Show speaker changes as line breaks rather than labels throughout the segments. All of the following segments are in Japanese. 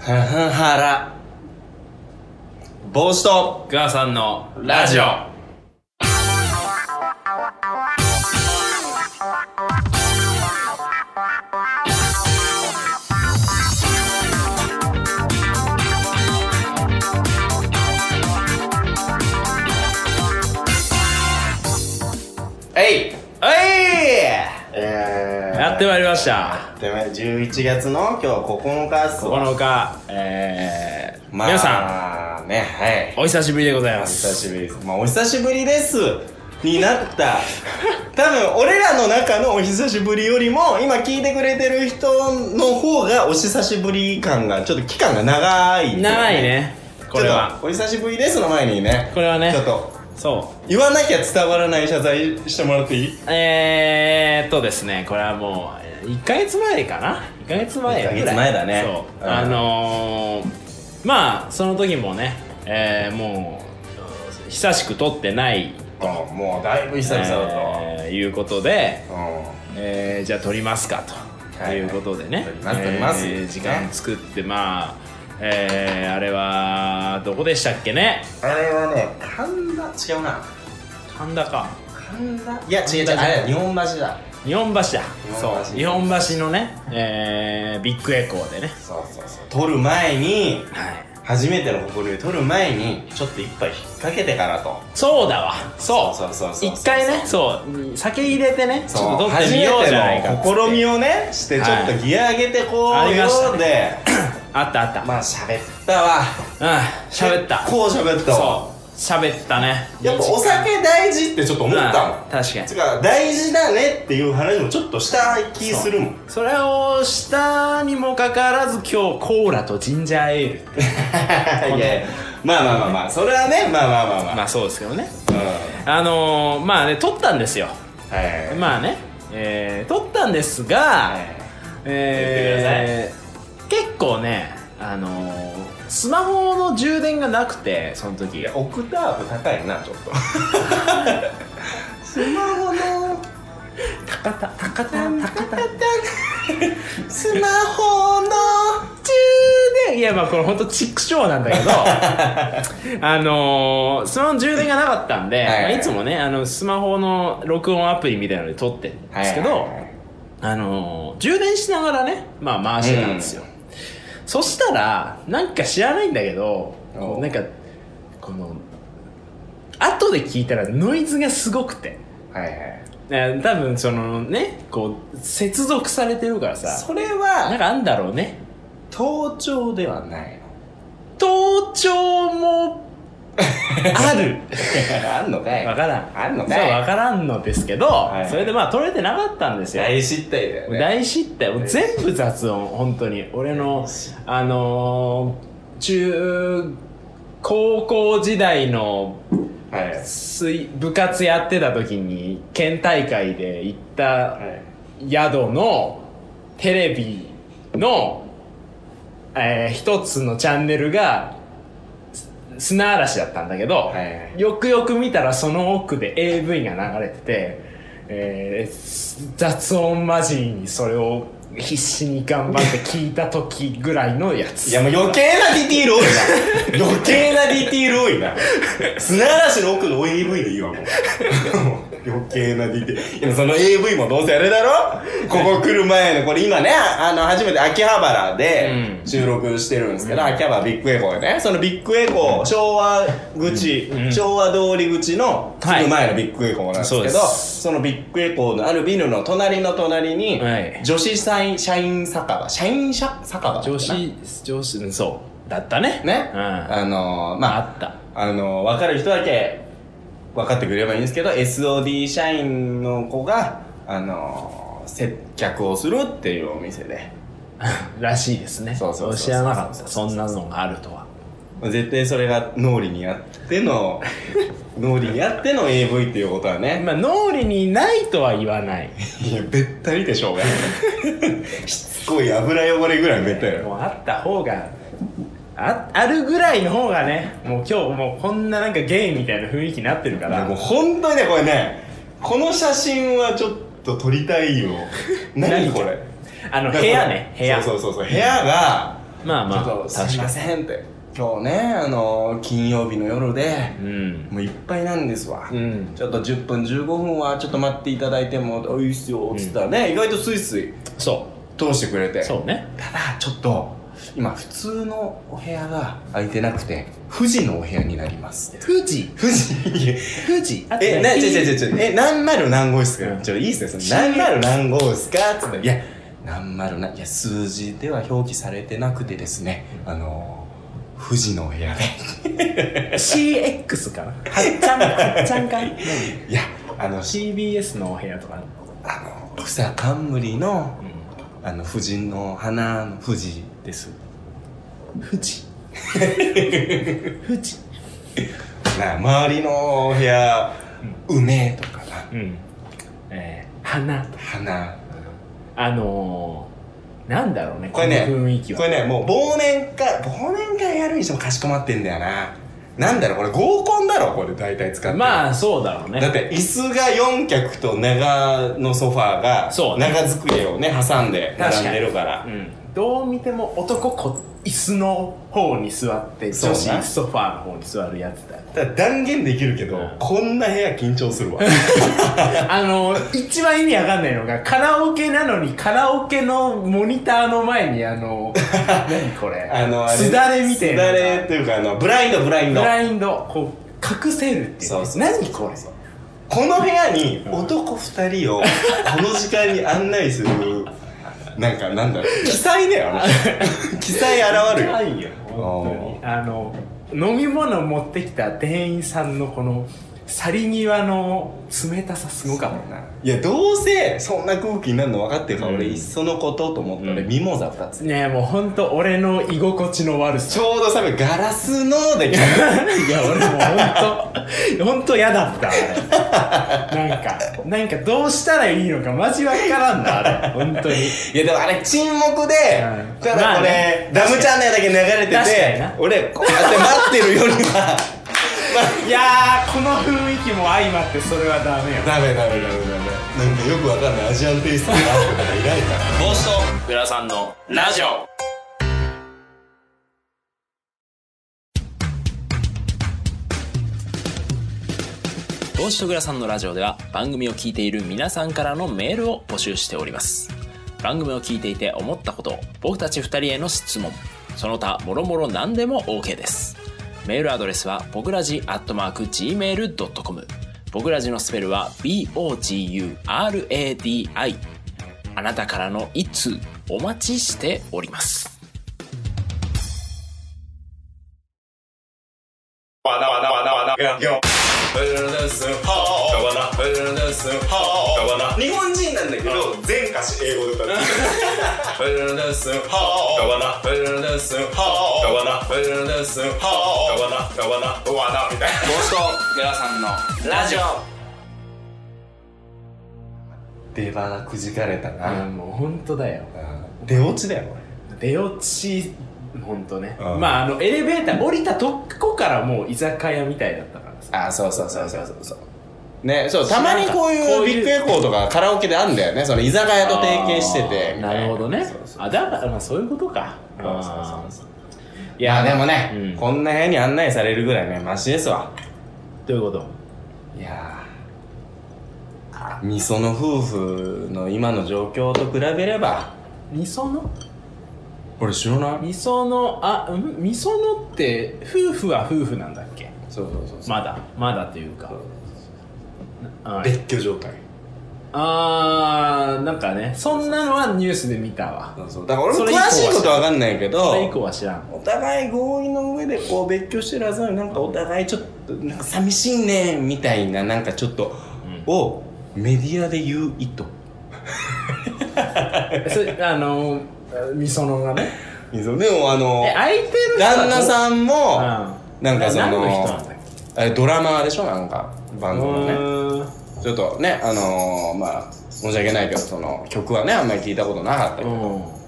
はんはんはら帽子と
ガーさんのラジオ
えい
え
え
い
ー、
やってまいりました
でも11月の今日9日っすわ
9日えー、
まあ
皆さ
んねはい
んお久しぶりでございま
お久
す
しぶりですまあお久しぶりですになった 多分俺らの中のお久しぶりよりも今聞いてくれてる人の方がお久しぶり感がちょっと期間が長いってう
長いねこれ
ちょっ
は
とお久しぶりですの前にね
これはね
ちょっと
そ
言わなきゃ伝わらない謝罪してもらっていいう
えー、っとですねこれはもう1ヶ月前かな1ヶ月前ぐらい
一ヶ月前だね
そ
う
う、
ん
あのー、まあその時もねえー、もう久しく撮ってない
あもうだいぶ久々だったわ、
えーいうことで
うん
えーじゃあ撮りますかと、
はいいはいう
ことでね
撮ります撮ります
えー時間作ってまあ、えーあれはどこでしたっけね
あれはね神田違うな
神田か
神田いや違う違うあれは日本橋だ
日本橋だ
日
そ
本橋
う日本橋のね、えービッグエコーでね
そうそうそう撮る前に
はい
初めての誇りを撮る前にちょっと一杯引っ掛けてからと
そうだわそう
そうそうそうそう
一回ねそう酒入れてねちょっと撮って
初
み
め
ようじゃない
て
かっつって
の試みをねしてちょっとギア上げてこ
は
う
い
ようで、
あったあった、
まあ喋ったわ
うん喋った
こう喋ったわ
そう喋ったね
やっぱお酒大事ってちょっと思ったもん
うん確かに
つうか大事だねっていう話もちょっとした気するもん
それをしたにもかかわらず今日コーラとジンジャーエールって
いやいやまあまあまあまあそれはねまあまあまあまあ、
まあそうですけどね
うん
あのー、まあね撮ったんですよ
はいはい
まあね、えー、撮ったんですが、
はい
えー、結構ねあのー、スマホの充電がなくてその時
いやオクターブ高いなちょっとスマホの
高田高田高田
スマホの
充電いやまあこれほんと畜生なんだけ どあのー、スマホの充電がなかったん
は
で、
い
まあいつもねあのスマホの録音アプリみたいなので撮ってるんですけど、あのー、充電しながらねまあ回してたんですよ、そしたらなんか知らないんだけどこう
お
なんかこの後で聞いたらノイズがすごくて
はいはい
えー多分そのねこう接続されてるからさ
それ
なん
は
かあんだろうね
盗聴ではないの
盗聴もある
あんのかい
わからん
あんの
そうわ
か
からんのですけど、
い
それでまあ取れてなかったんです
い
よ
大失態だよね
大失態もう全部雑音本当に俺のあのー、中高校時代の
はいはい
水部活やってた時に県大会で行った宿のテレビの、えー一つのチャンネルがす砂嵐だったんだけど、
はいはい
よくよく見たらその奥で AV が流れてて、えーす雑音混じりにそれを必死に頑張って聞いた時ぐらいのやつ
いやもう余計なディティール多い な余計なディティール多いな砂嵐の奥の AV でいい わもう余計なディティールいやその AV もどうせあれだろここ来る前のこれ今ねあの初めて秋葉原で
うん
収録してるんですけど、秋葉原ビッグエコーねそのビッグエコー、昭和口、
うん
昭和通り口のす
はい
ぐ前のビッグエコーなんですけど、
そうで
そ
す
のビッグエコーのあるビルの隣の隣に、
はい
女子社員社員酒場社員社酒場だっけな
女子女子うんそうだったね
ね、
うん
あのー
まあ
ま
あった
あ、あのー分かる人だけ分かってくれればいいんですけど SOD 社員の子が、あのー接客をするっていうお店で
らしいですね
そうそうそうそう
知らなかったそんなのがあるとは
絶対それが脳裏にあって の脳裏にあっての AV っていうことはね
まあ脳裏にないとは言わない
いやべったりでしょうが しつこい油汚れぐらいべったりだよ
もうあった方がああるぐらいの方がねもう今日もうこんななんかゲイみたいな雰囲気になってるか
いや
ら
もう本当にねこれねこの写真はちょっと 撮りたいよ何これ
あの部屋ね部屋
そうそうそうそう部屋が
ま
ちょ
あま
っと
あ
すい
確
ま
か
せんって今日ねあの金曜日の夜で
にうん
もういっぱいなんですわ、
うん
ちょっと10分15分はちょっと待っていただいてもおいいっすよっつったらね、意外とスイスイ
そ
通してくれて
うそうね
ただちょっと今普通のお部屋が空いてなくて富士のお部屋になります
富士
富士
富士あ
え、な、ちょちょちょちょ、え、何丸何号室か、
うん
ちょ、いいっすね、その
知
何
ら
丸何号室かつって、いや、何丸な、いや、数字では表記されてなくてですね、あのー、富士のお部屋で。
CX かなかっちゃんかっちゃんかい
いや、あの、し
CBS のお部屋とか
あの、草冠の
う、ん
あの、富士の花の富士。
です富 士富士
な、周りのお部屋、梅とかな、
うんえー、花
花。
あのー、なんだろうね
これね
の雰囲気は
これね、もう忘年会、忘年会やるにしてもかしこまってんだよな。なんだろう、これ合コンだろ、これ大体使ってる。
まあそうだろうね
だって椅子が4脚と長のソファーが
そうね
長机をね挟んで
確か
並
に
んでるから
うん、どう見ても男こ椅子の方に座って女
そうな
子ソファーの方に座るやつだ
だから断言できるけど、
うん
こんな部屋緊張す るわ
あの一番意味わかんないのがカラオケなのにカラオケのモニターの前に あの何これ
あのあれ
すだれみたいな
すだれっていうかあのブラインドブライン
ブ
ド
ラインドこう隠せるっていう
そうそう
何これ
この部屋に男2人をこの時間に案内するなんかなんだろ う記載だよな記載現るよ
いよ本当にあの飲み物持ってきた店員さんのこの去り際の冷たさすごかった
いやどうせそんな空気になるの分かってるから、
うん
俺いっそのことと思ったら、
うん
ミモザ2つ
ねえもうほんと俺の居心地の悪さ
ちょうどさガラスので
いや俺もうほんとほんと嫌だったあれなんかなんかどうしたらいいのかマジわからんなあれほんとに
いやでもあれ沈黙で、
うん
た
ま
だ
あ
これ、
ね
ダムチャンネルだけ流れて
確かに
て
な
俺こうやって待ってるよりは
いやーこの雰囲気も相まってそれはダメよ
ダメダメダメダメなんかよくわかんないアジアンテイストになってる方いないから
帽子とグラさんのラジオ
帽子とグラさんのラジオでは番組を聞いている皆さんからのメールを募集しております番組を聞いていて思ったことを僕たち2人への質問その他もろもろ何でも OK ですメールアドレスは僕らじアットマーク Gmail.com 僕らじのスペルは BOGURADI あなたからのいつお待ちしております
日本人なんだけど全歌詞英語で歌ってる
ラジオ
出鼻くじかれた
あ
な、
ーもうほんとだよ
出落ちだよ
出落ちほんとね
うん
まああのエレベーター降りたとこからもう居酒屋みたいだったからさ
あそうそうそうそうそうそうね、そうたまにこういうビッグエコーとかカラオケであんだよねその居酒屋と提携しててみたい
なるほどね
そうそう
あだからまあそういうことか
そうそうそう
あー
いやでもね、
うん
こんな部屋に案内されるぐらいねマシですわ
どういうこと
いやーみその夫婦の今の状況と比べれば
みその
これ知らない
みそのあんみそのって夫婦は夫婦なんだっけ
そうそうそうそう
まだまだというかあ
別居状態
あーなんかねそんなのはニュースで見たわ
そうそうだから俺も
それ以降は
詳しいことわかんないけど
それ以降は知らん
お互い合意の上でこう別居してるはずなのになんかお互いちょっとなんか寂しいねみたいななんかちょっと、をメディアで言う意図
えそれあのみそのがね
でもあの
え相手の人は
旦那さんもなんかそ
何
の
の人なんだっ
えドラマーでしょなんかバ
け
ンドのね
うーん
ちょっとねあのー、まあ申し訳ないけどその曲はねあんまり聞いたことなかったけど、
うん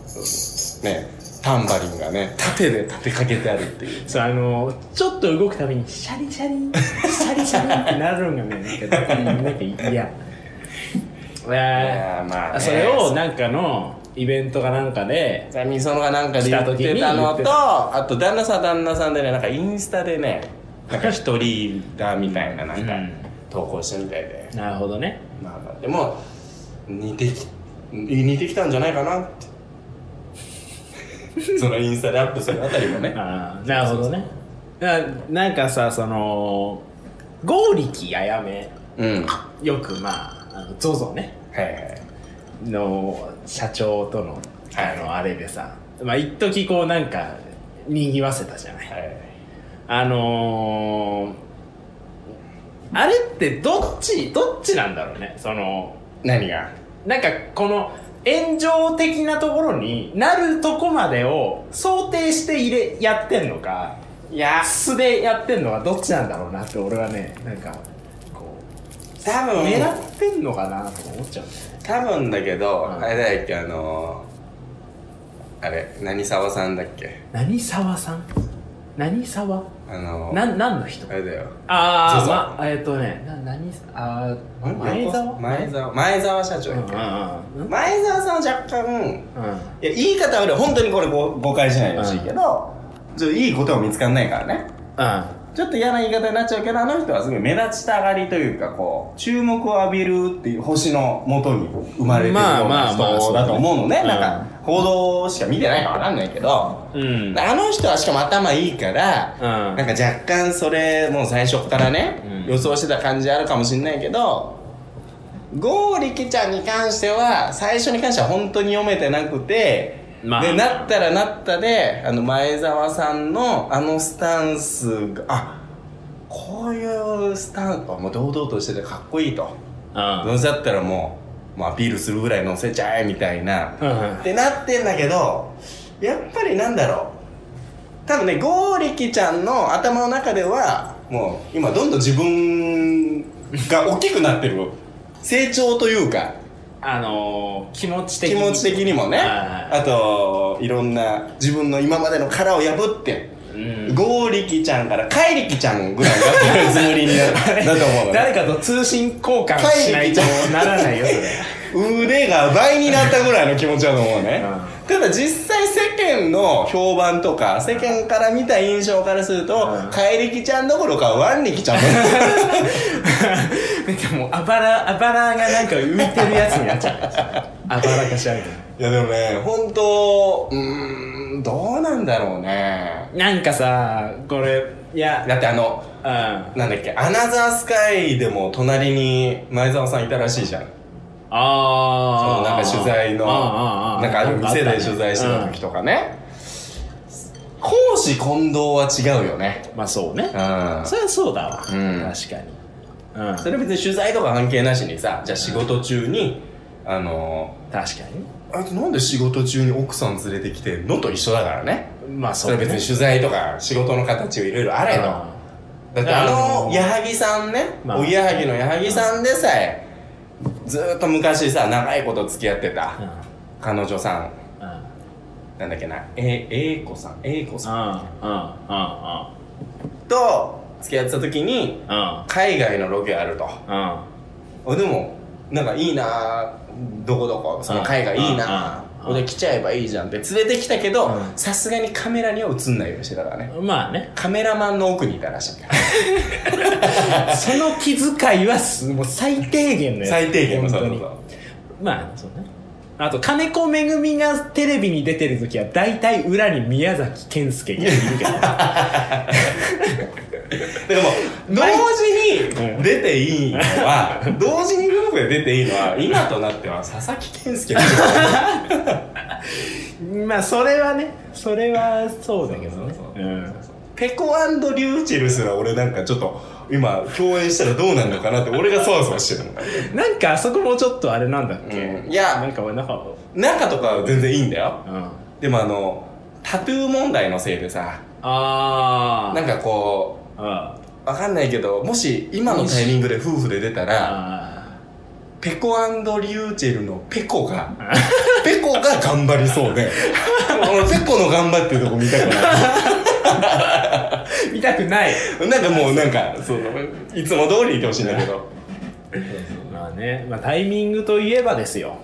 そうそうねタンバリンがね縦で立てかけてあるって いう
そうあのちょっと動くたびにシャリシャリシャリシャリってなるのがねなんかなんか嫌え
いやーまあ、
ー
ね、
それをなんかのイベントかなんかで
じゃあみそのがなんかで言ってたのとあと旦那さん旦那さんでねなんかインスタでねなんか一人だみたいななんか
うん
投稿したみたいで、
なるほどね
まあでも似てき似てきたんじゃないかなって そのインスタでアップするあたりもね
ああなるほどねななんかさその剛力あやめ
うん
よくまああの ZOZO ね
はいはい
の社長との
はい
あのあれでさまあ一時こうなんかにぎわせたじゃない
はい
あのー、あれってどっちどっちなんだろうねその
何が
なんかこの炎上的なところになるとこまでを想定して入れやってんのか
いや
素でやってんのはどっちなんだろうなって俺はねなんかこ
多
う
分
狙ってんのかなとか思っちゃうんだよね
多分だけど、
うん
あれだっけあのー、あれ何沢さんだっけ
何沢さん何沢
あのー、
なん何の人
あれだよ
あ
そうそ
あ、
う
まあ、えっ、とねな何さあー前沢
前澤前澤社長
う
や
ん
っ
う
け、
んうん
前澤さんは若干
うん
いや言い方は俺本当にこれご誤解しないでほしいけど、ちょっといいことは見つかんないからね
う
ちょっと嫌な言い方になっちゃうけどあの人はすごい目立ちたがりというかこう注目を浴びるっていう星のもとに生まれてるよう
まあま
な
あまあ
人だと思うのね、
そうだね
なんか報道しか見てないからわかんないけど、
んうん
あの人はしかも頭いいから、
うん
なんか若干それもう最初からね、
うん
予想してた感じあるかもしれないけど剛力ちゃんに関しては最初に関しては本当に読めてなくて、
まあ
でなったらなったであの前澤さんのあのスタンスがあこういうスタンスもう堂々としててかっこいいとどうせだったらもうもうアピールするぐらい乗せちゃえみたいな
うん
ってなってんだけどやっぱりなんだろう多分ね剛力ちゃんの頭の中ではもう今どんどん自分が大きくなってる成長というか
あのー、気持ち的
気
に
持ち 的にもね
はい
あといろんな自分の今までの殻を破って
うん
剛力ちゃんから怪力ちゃんぐらいになってるつもりに なるだと思うのね
誰かと通信交換しないとならない よそれ
腕が倍になったぐらいの気持ちだと思うね、ただ実際世間の評判とか世間から見た印象からすると
うん
怪力ちゃんどころかワン力ちゃんも
なんかもうあばらあばらがなんか浮いてるやつになっちゃうあばらかしられて
いやでもね本当うーんどうなんだろうね
なんかさこれいや
だってあの
うん
なんだっけアナザースカイでも隣に前澤さんいたらしいじゃんそ
あ
の
あ
なんか取材のなんかある店で取材してた時
と
とかね講師混同は違うよね
まあそうね
うん
そりゃそうだわ確
うん
かにうん
それ別に取材とか関係なしにさじゃあ仕事中にあの
確か
ー、あいつなんで仕事中に奥さん連れてきてんのと一緒だからね
にまあ
そ
そ
れ
う
は別に取材とか仕事の形をいろいろあれどだって
あ
あ
の
の矢作さんね、
まあ
おぎやはぎの矢作さんでさえずーっと昔さ長いこと付き合ってた
うん
彼女さん
うんうん
なんだっけなえ英子さん英子
う
さん
んうん
と付き合ってた時に
うん
海外のロケあると
うんうん
あでもなんかいいなあどこどこその海外いいなあ
うんうん
俺来ちゃえばいいじゃんって連れてきたけど
うん
さすがにカメラには映んないようにしてたからね
ま あね、
カメラマンの奥にいたら しい
その気遣いはすもう最低限のやつ
最低限のそうそ
本当
う
に
そう
まあそうねあと金子めぐみがテレビに出てる時は大体裏に宮崎健介がいるけど
で も同時
う
に
ん
出ていいのは 同時にグループで出ていいのは今となっては佐々木健介
まあそれはねそれはそうだけどね
そうそうそう
うん
ペコリューチェルすら俺なんかちょっと今共演したらどうなるのかなって俺がそわそわしてるもん
なんかあそこもちょっとあれなんだっけ、
うんいや
なんか俺なんか
中とかは全然いいんだよ
うん
でもあのタトゥー問題のせいでさ
あー
なんかこう
あ
わかんないけどもし今のタイミングで夫婦で出たら
あ
ペコリューチェルのペコが ペコが頑張りそうで 俺ペコの頑張ってるとこ見たくな
見たくない
いなんかもうなんかそのいつも通りいてほしいんだけど
まあね、まあ、タイミングといえばですよ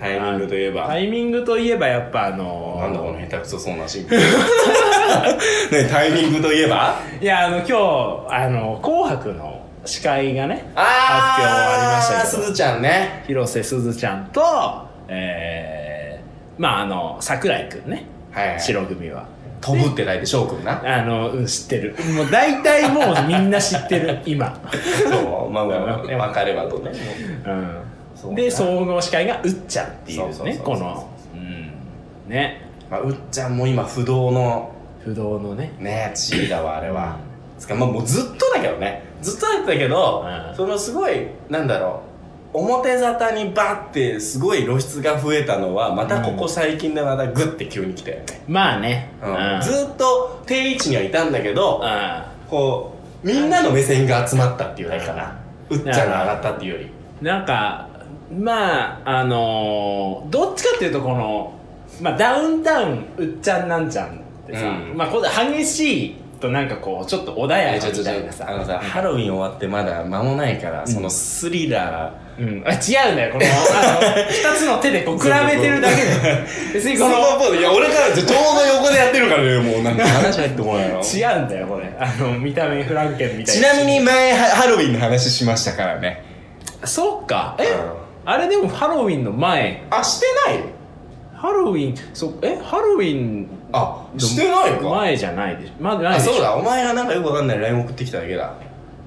タイミングといえば
タイミングといえばやっぱあの
なんだこの下手くそそうなシーン ねタイミングといえば
いやあの今日あの「紅白」の司会がね
発
発
表
表
あ
あ
り
り
ま
ま
し
したた
け
け
ど
ど
すずちゃんね
広瀬すずちゃんとえー、まああの桜井くんね
はい、はい、
白組は
飛ぶって書いて翔くんな
あの、うん、知ってるもう大体もうみんな知っ てる今、
そうまあまあね分かればとね
うん
そう
で総合司会がうっちゃんってい
そう
う
そうそう
ね
そう
このうんね
まあ、うっちゃんも今不動の
不動のね
ね地位だわあれは、つかまあもうずっとだけどねずっとだったけど、
うん
そのすごいなんだろう表沙汰にバッてすごい露出が増えたのはまたここ最近でまたグッて急に来たよね、
まあね
うん
うん
ずっと定位置にはいたんだけど、
あ
こうみんなの目線が集まったっていうだけかな、うっちゃんが上がったっていうより
あなんかまああのーどっちかっていうとこの、まあ、ダウンタウンうっちゃんなんちゃんってさ、
うん
まあこう激しいとなんかこうちょっと穏や
ち
か
ょちょち
みたい
ょ
なさ
あのさハロウィン終わってまだ間もないから、そのスリラー
うん、あ違うんだよこのあの二つの手でこう比べてるだけで別にこ
そ
の
の ポーズいや俺からちょうど横でやってるから ねもうなんか話入ってこないのち
違うんだよこれあの見た目フランケンみたい
なみに前ハハロウィンの話しましたからね
そうかえ、
うん
あれでもハロウィンの前
あしてない
ハロウィンそうえハロウィン
あしてないか
前じゃないでしょまだない
あ
でしょ
そうだお前がなんかよくわかんない LINE 送ってきただけだ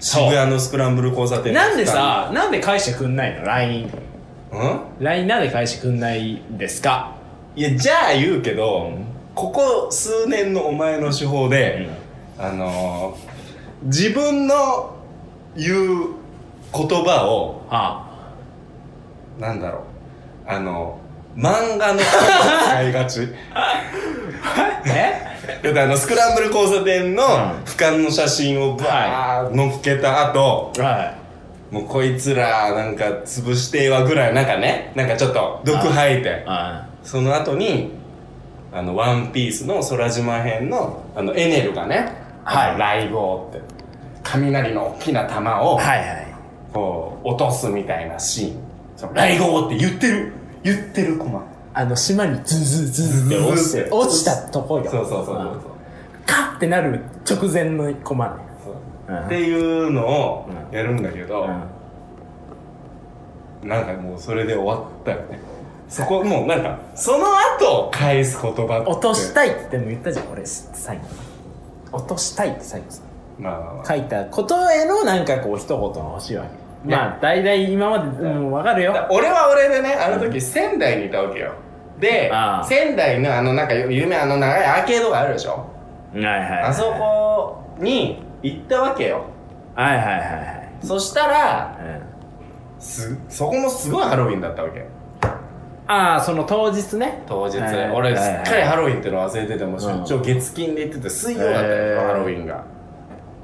そう
渋谷のスクランブル交差点
なんでさなんで返してくんないの LINE
うん
なんで返してくんないんですか
いやじゃあ言うけど、ここ数年のお前の手法で、あのー自分の言う言葉を
あ
なんだろう。あの、漫画の使いが ち。
え
だってあの、スクランブル交差点の
うん
俯瞰の写真をバーッ乗っけた後、
は
もうこいつらなんか潰してえわぐらいなんかね、なんかちょっと毒吐い
い
て、
あ
その後に、あの、ワンピースの空島編の、あの、エネルがね、
はい
あの雷号って、雷の大きな玉を、
はいはい
こう、落とすみたいなシーン。その雷号って言ってる言ってるコマ。
あの島にズズズズって落ちて
ズズズズ
落ちたとこよ
そうそうそう
うん
そう。
カッてなる直前のコマねうん
っていうのを
うん
やるんだけど、
うん
なんかもうそれで終わったよねそこもうなんかその後返す言葉って
落としたいっても言ったじゃん俺最後落としたいって最後さ
まあまあまあ
書いたことへのなんかこう一言が欲しいわけ、
ね
まあ大体今までうんわかるよ
俺は俺でねあの時仙台にいたわけよで
ああ
仙台のあのなんか有名あの長いアーケードがあるでしょ
はいはいはい
あそこに行ったわけよ
はいはいはい
そしたら
はい、うん
すそこもすごいハロウィンだったわけ
ああその当日ね
当日、
はいはい
俺すっかりハロウィンっての忘れててもう
うん
出張月金で行ってて水曜だったよ、
へー
ハロウィンが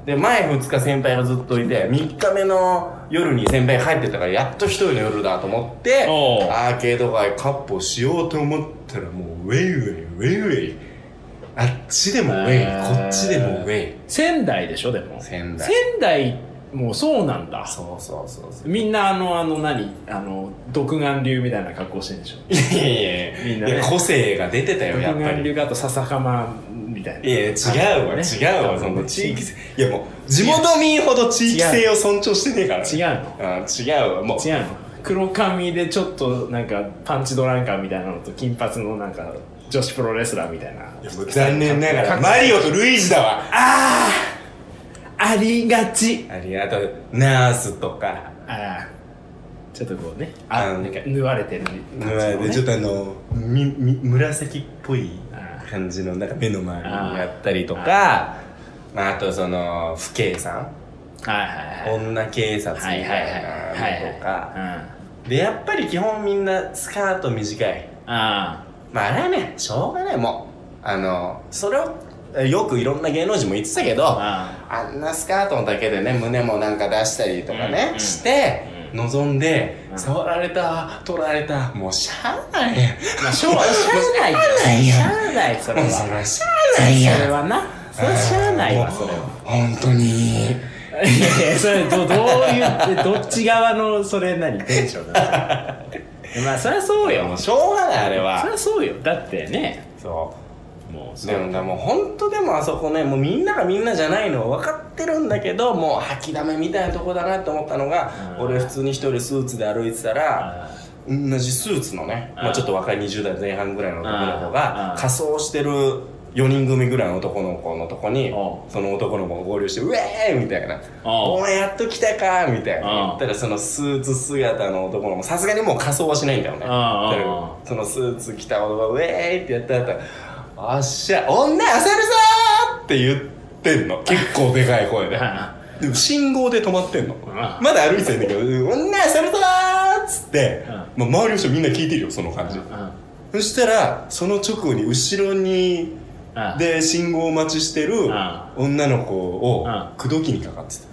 で前2日先輩がずっといて3日目の夜に先輩が帰ってたからやっと一人の夜だと思って
おう
アーケード街カップをしようと思ったらもうウェイウェイウェイウェイあっちでもウェイ、
へー
こっちでもウェイ
仙台でしょでも
仙台
仙台もそうなんだ
そうそうそうそう
みんなあのあの何あの独眼流みたいな格好してるんでしょ
いやいやいや
みんなね
いや個性が出てたよやっ
独
ぱ
眼
り
流があと笹かまみたいない
や違うわ、
ね
違うわその地域性いやもう地元民ほど地域性を尊重してねえから
違うの
あ違うわもう
違うの黒髪でちょっとなんかパンチドランカーみたいなのと金髪のなんか女子プロレスラーみたいない
やもう残念ながらマリオとルイージだわあ
ありがち
ありがとうナースとか
ああちょっとこうね
あ
あ
の
なんか縫われてる感じのね
でちょっとあのみみ紫っぽい
あー
感じのなんか目の周りに
あー
やったりとかまあ、あとその父兄さん
はいはいはい
女警察み
は
たい
いはいはいはい
な
は
の
い
と
う
か
ん
でやっぱり基本みんなスカート短い
あ
まああれはねしょうがないもうあのそれをえよくいろんな芸能人も言ってたけど
あ
あんなスカートだけでね胸もなんか出したりとかね、
うん
して
う
望んで、
うん
触られた取られたもうしゃあないやん
まあしょうがないよしゃあないそれは
それはしゃあ
そ
ないやん
れはなそれはしゃあないわ
もう
それは
本当に
いやいやそれどどういうどっち側のそれ何テンションなの まあそりゃそうよ
もうしょうがないあれ
そり
は
ゃそうよだってね
そ
もう
うでもでも本当でもあそこねもうみんながみんなじゃないの分かってるんだけどもう吐きだめみたいなとこだなと思ったのが
うん
俺普通に一人スーツで歩いてたら同じスーツのね
うん
まあちょっと若い20代前半ぐらいの男の子
う
が
ん
仮装してる4人組ぐらいの男の子のとこに
う
その男の子が合流して「ウェーイ!」みたいな
お
お前やっと来たかみたいな言
うん
ったらそのスーツ姿の男の子さすがにもう仮装はしないんだよねだ
うん
からそのスーツ着た男がウェーイってやった後あっしゃ女あさるぞーって言ってんの結構でかい声ででも信号で止まってんの
ん
まだ歩いてんだけど うん女あさるぞーっつってまあ周りの人みんな聞いてるよその感じそしたらその直後に後ろにで信号待ちしてる
あ
女の子を
あ
口説きにかかってた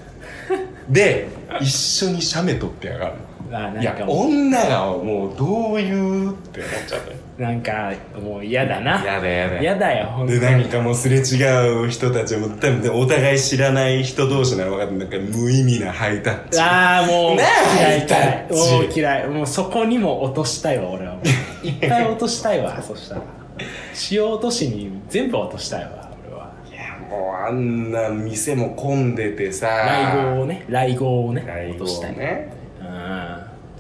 で一緒に写メ撮ってやがるい
なん
や
かも
女がもうどういうって思っちゃったよ
うなんかもう嫌だな
やだやだ
嫌だよ本当
で
に
何かもうすれ違う人たちも多分ねお互い知らない人同士なら分かってなんか無意味なハイタッチ
ああもう
ね
嫌
え
い
ハイタッチ
嫌いもう嫌いもうそこにも落としたいわ俺はもういっぱい落としたいわ そしたら塩落としに全部落としたいわ俺はい
やもうあんな店も混んでてさ
来号をね来号をね
来
落とした
合
い
ね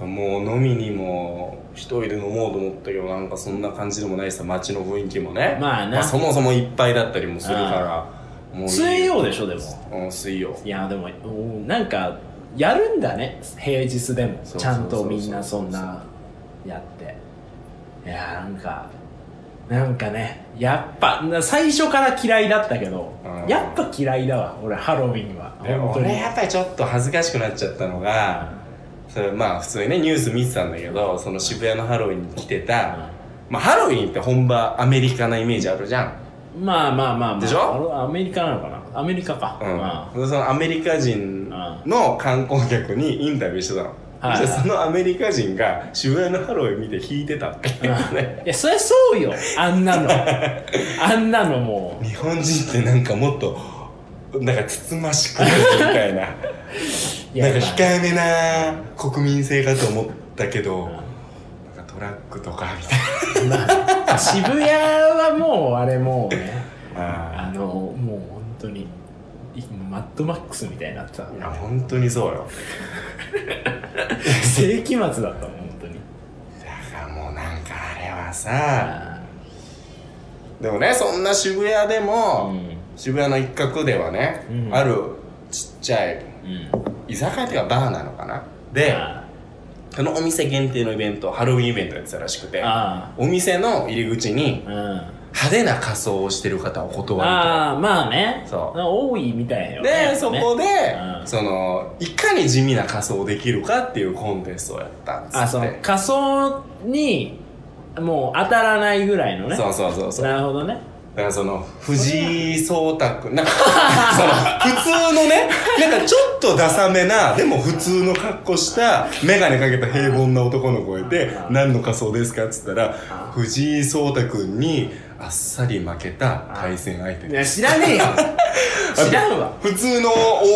うん
もう飲みにも一人で飲もうと思ったけどなんかそんな感じでもないしさ街の雰囲気もね
まあな
そもそもいっぱいだったりもするからもう
水
い
曜でしょでも
うん水曜
いやでもおなんかやるんだね平日でも
そうそうそうそう
ちゃんとみんなそんなやっていやなんかなんかねやっぱな最初から嫌いだったけど、
うん
やっぱ嫌いだわ俺ハロウィンは
でも
本当に
俺やっぱりちょっと恥ずかしくなっちゃったのがそれまあ普通にねニュース見てたんだけどその渋谷のハロウィンに来てた、まあ、ハロウィンって本場アメリカなイメージあるじゃん
まあまあまあ、まあ、
でしょ
俺アメリカなのかなアメリカか
う
うんん、
そのアメリカ人の観光客にインタビューしてたの、
はい
そしたらそのアメリカ人が渋谷のハロウィン見て弾いてたっていうね
いやそりゃそうよあ んなのあんなのもう
日本人ってなんかもっとなんかつつましくなるみたいな
いや
なんか
まあ
控えめな国民性かと思ったけど、なんかトラックとかみたい
まあ、渋谷はもうあれもうね
な
あのもう本当にいマッドマックスみたいになってた
いや本当にそうよ
世紀末だったもん本当に
だからもうなんかあれはさ
あ
でもねそんな渋谷で
あう
も、
ん
渋谷の一角ではね、
うん
あるちっちゃい
うん
居酒屋っていうかバーなのかなで、
あ
そのお店限定のイベントハロウィンイベントやってたらしくて
あ
お店の入り口に
うんあ
派手な仮装をしてる方を断る
あまあね
そう
多いみたいよ
と
ね
でそこで、
うん
そのいかに地味な仮装できるかっていうコンテストをやったんですって
あその仮想にもう当たらないぐらいのね
そうそうそうそう
なるほどね
だからその藤井聡太君なんかその普通のねなんかちょっとダサめなでも普通の格好した眼鏡かけた平凡な男の子がいて
あ
「何の仮装ですか?」っつったら藤井聡太君にあっさり負けた対戦相手
いや知らねえよ 知らんわ
普通の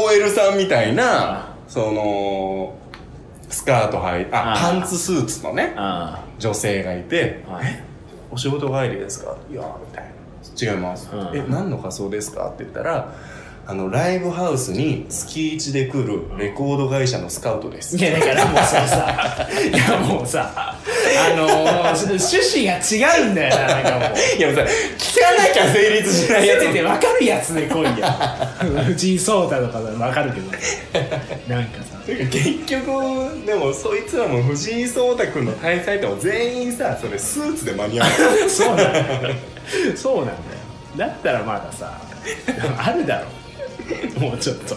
OL さんみたいな
あ
そのスカートはいあ
あ
パンツスーツのね
あ
女性がいて
あはい
お仕事帰りですかいやーみたいな違います、
うん
え何の仮装ですかって言ったらあのライブハウスに月一で来るレコード会社のスカウトです、
いやだからもうささ いやもうさあのー、趣旨が違うんだよななんかもう
いやもうさ聞かなきゃ成立しないや
せ
つ
めて分かるやつで来い よ藤井聡太とかだと分かるけどなんかさ
てか結局でもそいつらも藤井聡太君の対戦相手も全員さそれスーツで間に合 う
そうなんだよそうなんだよだったらまださあるだろもうちょっと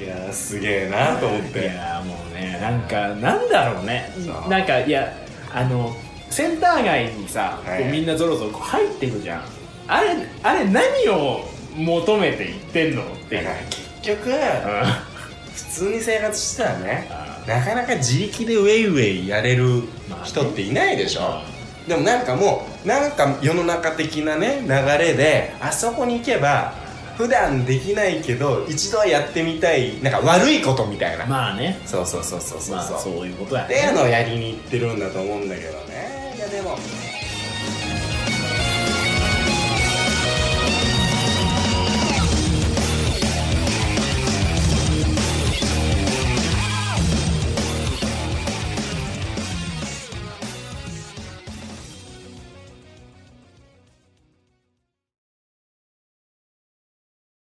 いやーすげえなと思っ
い
て
やーもうねなんかなんだろうね
そう
なんかいやあのセンター街にさ、
はい
こうみんなぞろぞろこう入ってくじゃんあれあれ何を求めて行ってんのって
だ
いう
から結局
う
普通に生活してたらね
あ
なかなか自力でウェイウェイやれる人っていないでしょ、
まあね
でもなんかもうなんか世の中的なね流れであそこに行けば普段できないけど一度はやってみたいなんか悪いことみたいな、
まあね
そうそうそうそうそう
まあ
そう
そういうことや
っていうのをやりに行ってるんだと思うんだけどねいやでも